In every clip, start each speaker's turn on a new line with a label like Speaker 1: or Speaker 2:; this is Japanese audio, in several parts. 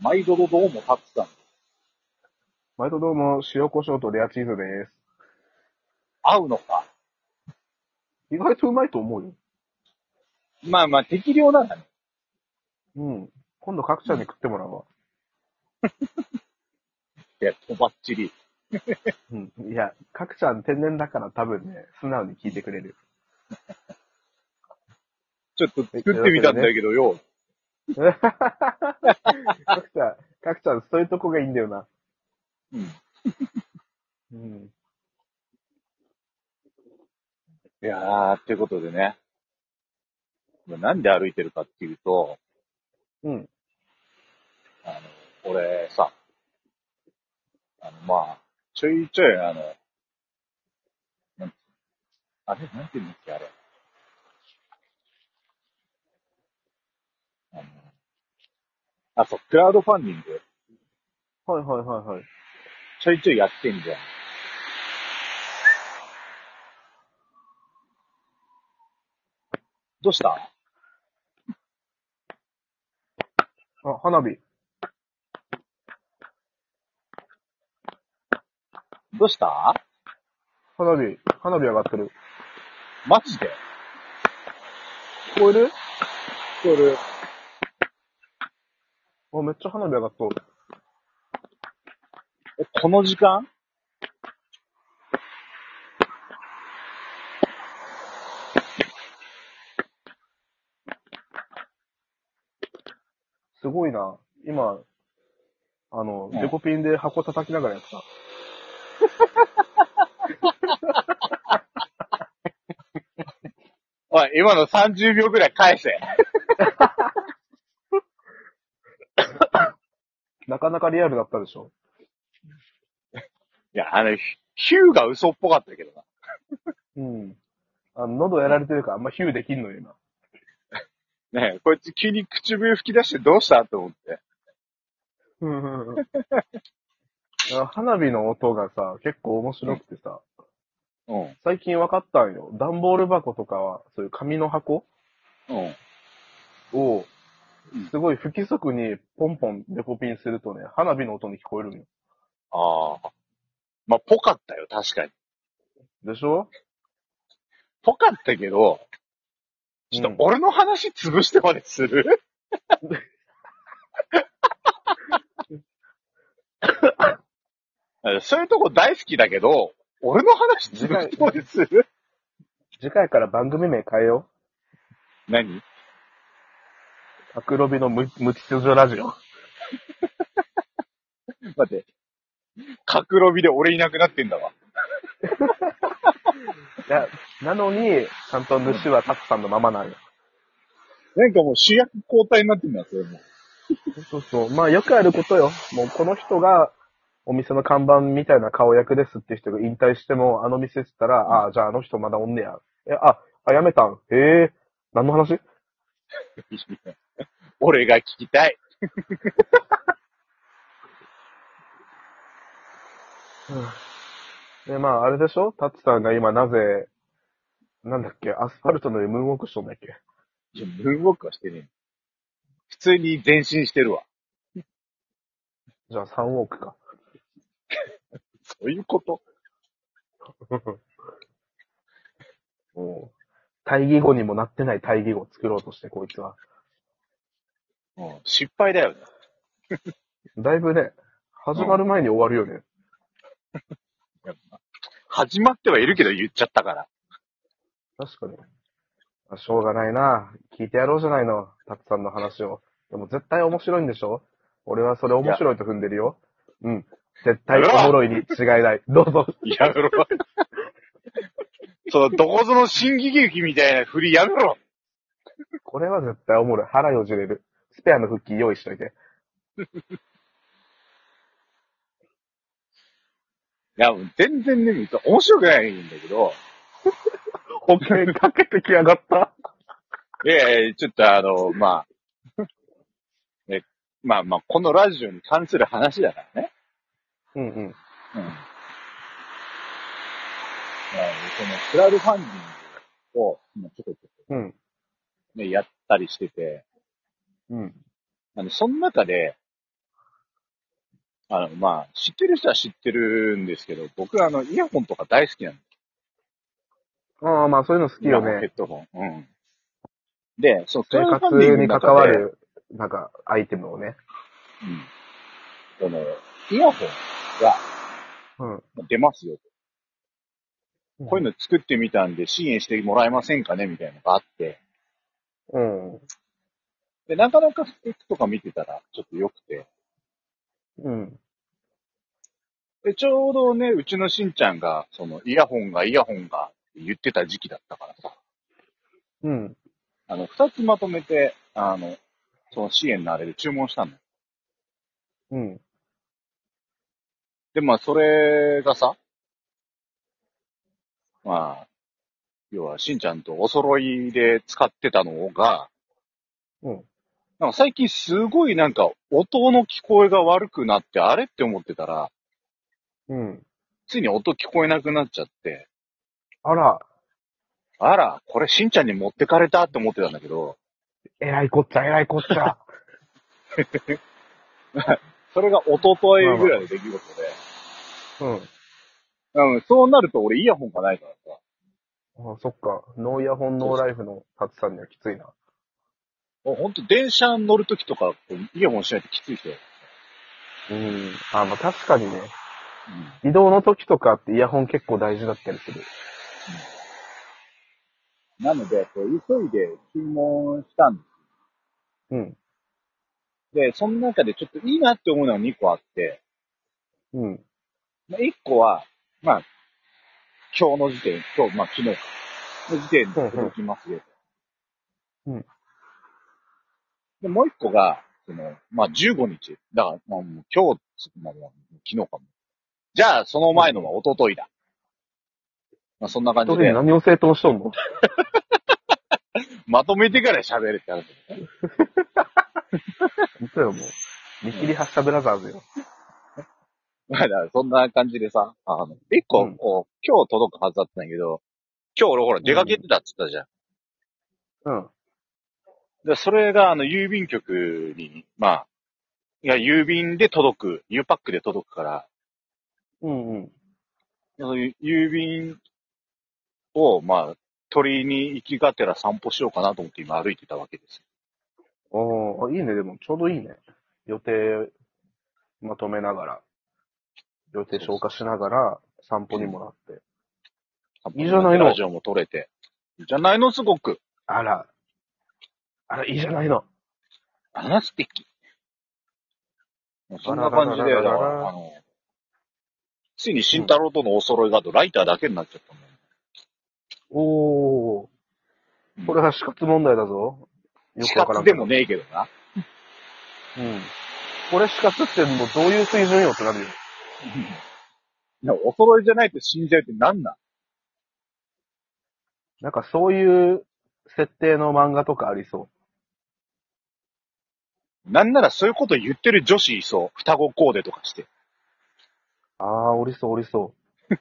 Speaker 1: 毎度どどうもタッチさん。
Speaker 2: 毎度どうも、塩胡椒とレアチーズです。
Speaker 1: 合うのか。
Speaker 2: 意外とうまいと思うよ。
Speaker 1: まあまあ、適量なんだね。
Speaker 2: うん。今度各社に食ってもらうわ。
Speaker 1: いや、とばっちり。
Speaker 2: うん。いや、各社天然だから多分ね、素直に聞いてくれる。
Speaker 1: ちょっと作ってみたんだけどよ。
Speaker 2: 各社、各社、そういうとこがいいんだよな。
Speaker 1: うん。
Speaker 2: うん。
Speaker 1: いやー、ってことでね。なんで歩いてるかっていうと、
Speaker 2: うん。
Speaker 1: あの、俺さ、あの、まあ、ちょいちょい、あの、なんあれなんていうんだっけ、あれ。あの、あ、そう、クラウドファンディング、
Speaker 2: はいはいはいはい。
Speaker 1: ちょいちょいやってんじゃん。どうした
Speaker 2: あ、花火。
Speaker 1: どうした
Speaker 2: 花火。花火上がってる。
Speaker 1: マジで
Speaker 2: 聞こえる
Speaker 1: これ、
Speaker 2: あ、めっちゃ花火上がっとる。
Speaker 1: えこの時間
Speaker 2: すごいな。今、あの、
Speaker 1: うん
Speaker 2: デコピンで箱叩きながらやってた。
Speaker 1: おい、今の30秒くらい返せ。
Speaker 2: なかなかリアルだったでしょ。
Speaker 1: いや、あの、ヒヒューが嘘っぽかったけどな。
Speaker 2: うん。あの、喉やられてるからあんまヒューできんのよ、今。
Speaker 1: ねえ、こいつ急に唇吹き出してどうしたと思って。
Speaker 2: うんうんうんあ 花火の音がさ、結構面白くてさ、
Speaker 1: う
Speaker 2: 最近分かったんよ。段ボール箱とかは、そういう紙の箱
Speaker 1: ん。うん。
Speaker 2: を
Speaker 1: うん、
Speaker 2: すごい不規則にポンポンデコピンするとね、花火の音に聞こえるんよ。
Speaker 1: ああ。まあ、ぽかったよ、確かに。
Speaker 2: でしょ
Speaker 1: ぽかったけど、ちょっと俺の話潰してまです る、そういうとこ大好きだけど、俺の話潰してまでする
Speaker 2: 次回から番組名変えよ
Speaker 1: 何
Speaker 2: う。アクロビの無無秩序ラジオ。
Speaker 1: 待って。角ロビで俺いなくなってんだわ。
Speaker 2: いや、なのに、ちゃんと主はタクさんのままなんよ。
Speaker 1: なんかもう主役交代になってんだ、それも。
Speaker 2: そうそう。まあよくあることよ。もうこの人が、お店の看板みたいな顔役ですって人が引退しても、あの店っつったら、ああ、じゃああの人まだおんねや。え、あ、あ、やめたん。へえ、何の話
Speaker 1: 俺が聞きたい。
Speaker 2: で、まああれでしょタッチさんが今なぜ、なんだっけ、アスファルトの上ムーンウォークしとんだっけ
Speaker 1: いや、ムーンウォークはしてねえよ。普通に前進してるわ。
Speaker 2: じゃあ3ウォークか。
Speaker 1: そういうこと
Speaker 2: もう、対義語にもなってない対義語を作ろうとして、こいつは。
Speaker 1: うん。失敗だよね。
Speaker 2: だいぶね、始まる前に終わるよね。
Speaker 1: 始まってはいるけど言っちゃったから。
Speaker 2: 確かに。あしょうがないな。聞いてやろうじゃないの。たくさんの話を。でも絶対面白いんでしょ俺はそれ面白いと踏んでるよ。うん。絶対おもろいに違いない。どうぞ。
Speaker 1: やめろ。その、どこぞの新喜劇みたいな振りやめろ。
Speaker 2: これは絶対おもろい。腹よじれる。スペアの腹筋用意しといて。
Speaker 1: いや、もう全然ね、面白くないんだけど。
Speaker 2: 保険かけてきやがった。
Speaker 1: いやいや、ちょっとあの、まあ、え、まあまあ、このラジオに関する話だからね。
Speaker 2: うんうん。
Speaker 1: うん。まあその、クラウドファンディングを、今ちょこちょ
Speaker 2: うん。
Speaker 1: こね、やったりしてて、
Speaker 2: うん。
Speaker 1: あの、その中で、あの、まあ、知ってる人は知ってるんですけど、僕はあの、イヤホンとか大好きなんで
Speaker 2: ああ、まあそういうの好
Speaker 1: す
Speaker 2: きよ
Speaker 1: ヘッ
Speaker 2: ね。
Speaker 1: ドホン。うん。で、そう、
Speaker 2: 生
Speaker 1: クラウドファンディ
Speaker 2: 活
Speaker 1: ング
Speaker 2: に
Speaker 1: の中で
Speaker 2: 関わる、なんか、アイテムをね。
Speaker 1: うん。その、イヤホンが
Speaker 2: うん。
Speaker 1: 出ますよ。こういうの作ってみたんで支援してもらえませんかねみたいなのがあって。
Speaker 2: うん。
Speaker 1: で、なかなかスペックとか見てたらちょっと良くて。
Speaker 2: うん。
Speaker 1: で、ちょうどね、うちのしんちゃんが、その、イヤホンがイヤホンがって言ってた時期だったからさ。
Speaker 2: うん。
Speaker 1: あの、二つまとめて、あの、その支援のあれで注文したの。
Speaker 2: うん。
Speaker 1: で、まあ、それがさ、まあ、要は、しんちゃんとお揃いで使ってたのが、
Speaker 2: うん。
Speaker 1: なんか最近すごいなんか音の聞こえが悪くなって、あれって思ってたら、
Speaker 2: うん。
Speaker 1: ついに音聞こえなくなっちゃって、
Speaker 2: あら、
Speaker 1: あら、これしんちゃんに持ってかれたって思ってたんだけど、
Speaker 2: えらいこっちゃ、えらいこっちゃ。
Speaker 1: それが一昨日ぐらいの出来事で、
Speaker 2: うん。
Speaker 1: うん、そうなると俺イヤホンがないからさ、
Speaker 2: あそっか。ノーイヤホン、ノーライフのタツさんにはきついな。
Speaker 1: もうほんと電車乗るときとか、こうイヤホンしないときつい人だよ
Speaker 2: うん。あ、まあ確かにね。移動の時とかってイヤホン結構大事だったりする。
Speaker 1: なので、こう急いで注文したんで
Speaker 2: うん。
Speaker 1: す。で、その中でちょっといいなって思うのが2個あって、
Speaker 2: うん。
Speaker 1: まあ1個は、まあ、今日の時点、今日、まあ昨日かの時点で届きますよ。
Speaker 2: うん。
Speaker 1: で、もう1個が、その、まあ15日。だから、まあ、もう今日つまでは昨日かも。じゃあ、その前のは一昨日だ。まあそんな感じ
Speaker 2: 特に
Speaker 1: で、
Speaker 2: 何を正当しとんの
Speaker 1: まとめてから喋れって話。
Speaker 2: 本当よ、もう。見切り発車ブラザーズよ。
Speaker 1: まあ、だからそんな感じでさ、あの、一個、
Speaker 2: うん
Speaker 1: こう今日届くはずだったんだけど、今日俺ほら出かけてたって言ったじゃん。
Speaker 2: うん。
Speaker 1: で、それがあの、郵便局に、まあ、いや、郵便で届く、U パックで届くから、
Speaker 2: うんうん。
Speaker 1: その郵便を、まあ、取りに行きがてら散歩しようかなと思って今歩いてたわけですよ。
Speaker 2: おー、あいいね、でも、ちょうどいいね。予定、まとめながら、予定消化しながら、散歩にもらって。いいじゃないの
Speaker 1: ラジオも撮れて。いいじゃないの、すごく。
Speaker 2: あら、あら、いいじゃないの。
Speaker 1: 話すべき。そんな
Speaker 2: あらら
Speaker 1: 感
Speaker 2: ら
Speaker 1: じで、
Speaker 2: らら
Speaker 1: だからあの、ついに慎太郎とのお揃いがあとライターだけになっちゃったんだよ
Speaker 2: おー
Speaker 1: うん。
Speaker 2: これは死活問題だぞ。よ
Speaker 1: 死
Speaker 2: くわから
Speaker 1: 活
Speaker 2: んけ
Speaker 1: で
Speaker 2: ど
Speaker 1: も。ねえけどな。
Speaker 2: うん。これ死活ってもうどういう水準よってなるよ。
Speaker 1: でもお揃いじゃないと死んじゃうってなんなん
Speaker 2: なんかそういう設定の漫画とかありそ
Speaker 1: なんならそういうこと言ってる女子いそう。双子コーデとかして。
Speaker 2: う。あー、おりそう、おり そう。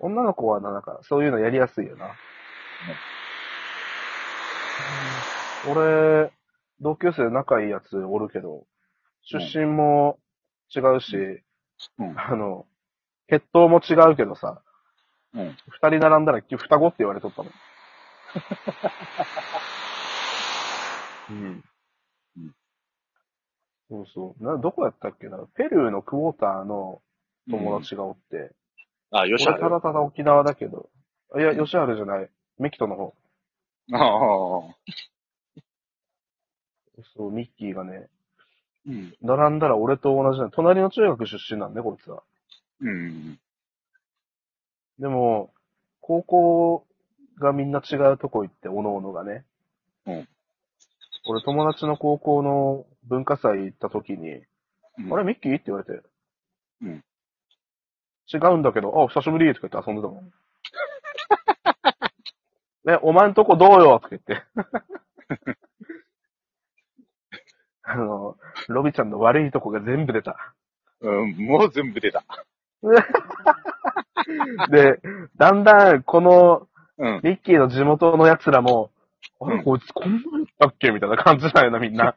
Speaker 2: 女の子はな、なんか、そういうのやりやすいよな。俺、同級生で仲いいやつおるけど、出身も違うし、
Speaker 1: うん
Speaker 2: あの、血統も違うけどさ、
Speaker 1: うん。
Speaker 2: 二人並んだら双子って言われとったもん。うん。そうそう。な、どこやったっけなペルーのクォーターの友達がおって、
Speaker 1: あ、よし
Speaker 2: 俺
Speaker 1: あ
Speaker 2: た
Speaker 1: る。あ
Speaker 2: だただ沖縄だけど、いや、吉原じゃない。ミキトの方。
Speaker 1: あ。
Speaker 2: そう、ミッキーがね、
Speaker 1: うん。
Speaker 2: 並んだら俺と同じなの隣の中学出身なんで、こいつは。
Speaker 1: うん。
Speaker 2: でも、高校がみんな違うとこ行って、おのおのがね。
Speaker 1: うん。
Speaker 2: 俺、友達の高校の文化祭行った時に、
Speaker 1: うん
Speaker 2: あれ、ミッキーって言われて。
Speaker 1: うん。
Speaker 2: 違うんだけど、あ、久しぶりとか言って遊んでたもん。 ね、お前んとこどうよとか言って。 あの、ロビちゃんの悪いとこが全部出た。
Speaker 1: うん、もう全部出た。
Speaker 2: で、だんだん、この、
Speaker 1: うん。
Speaker 2: ミッキーの地元の奴らも、あれ、こいつこんなんやったっけみたいな感じなんやな、みんな。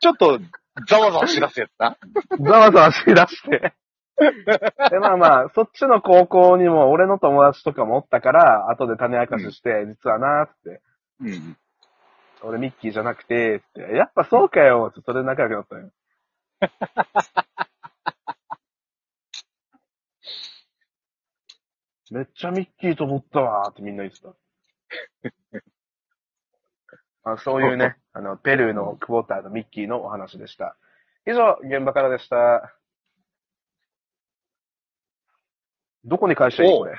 Speaker 1: ちょっと、ざわざわしだすやつな。
Speaker 2: ざわざわしだして。で、まあまあ、そっちの高校にも俺の友達とかもおったから、後で種明かしして、実はなーって、
Speaker 1: うん。
Speaker 2: 俺ミッキーじゃなくて、って、やっぱそうかよって、それで仲良 くなったよ。めっちゃミッキーと思ったわーってみんな言 ってた。あそうい うね、あの、ペルーのクォーターのミッキーのお話でした。以上、現場からでした。どこに返していい
Speaker 1: おう
Speaker 2: これ。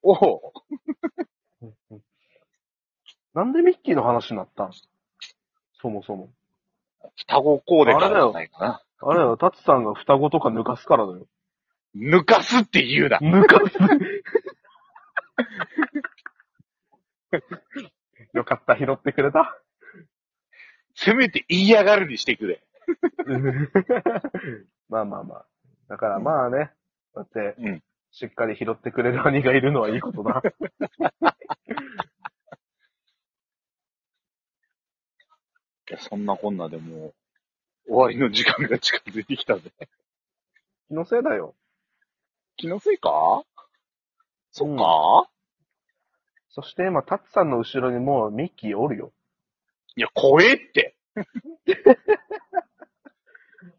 Speaker 1: おお
Speaker 2: なんでミッキーの話になったんそもそも。
Speaker 1: 双子コーデからじゃないかな。
Speaker 2: あれだよ、タツさんが双子とか抜かすからだよ。
Speaker 1: 抜かすって言うな。
Speaker 2: 抜かす よかった、拾ってくれた。
Speaker 1: せめて言いやがるにしてくれ。
Speaker 2: まあまあまあ。だからまあね、だって、
Speaker 1: うん
Speaker 2: しっかり拾ってくれる兄がいるのはいいことだ。
Speaker 1: いやそんなこんなでもう、終わりの時間が近づいてきたぜ。
Speaker 2: 気のせいだよ。
Speaker 1: 気のせいかそっか、
Speaker 2: そして今、タツさんの後ろにもうミッキーおるよ。
Speaker 1: いや、怖えって。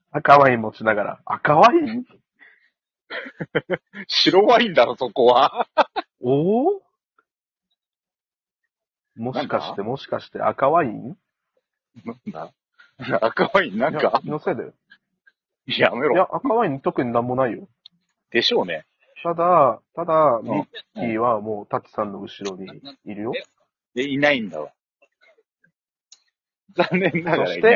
Speaker 2: 赤ワイン持ちながら。赤ワイン
Speaker 1: 白ワインだろ、そこは。
Speaker 2: おおもしかして、もしかして赤ワイン
Speaker 1: なんだ赤ワインなん
Speaker 2: いや
Speaker 1: か、
Speaker 2: 気のせいだよ。
Speaker 1: やめ
Speaker 2: いや
Speaker 1: ろ。、
Speaker 2: 赤ワイン特になんもないよ。
Speaker 1: でしょうね。
Speaker 2: ただ、ただ、
Speaker 1: ん
Speaker 2: ミッキーはもうタッチさんの後ろにいるよ。
Speaker 1: で、いないんだわ。残念なが
Speaker 2: そ
Speaker 1: らいない
Speaker 2: して、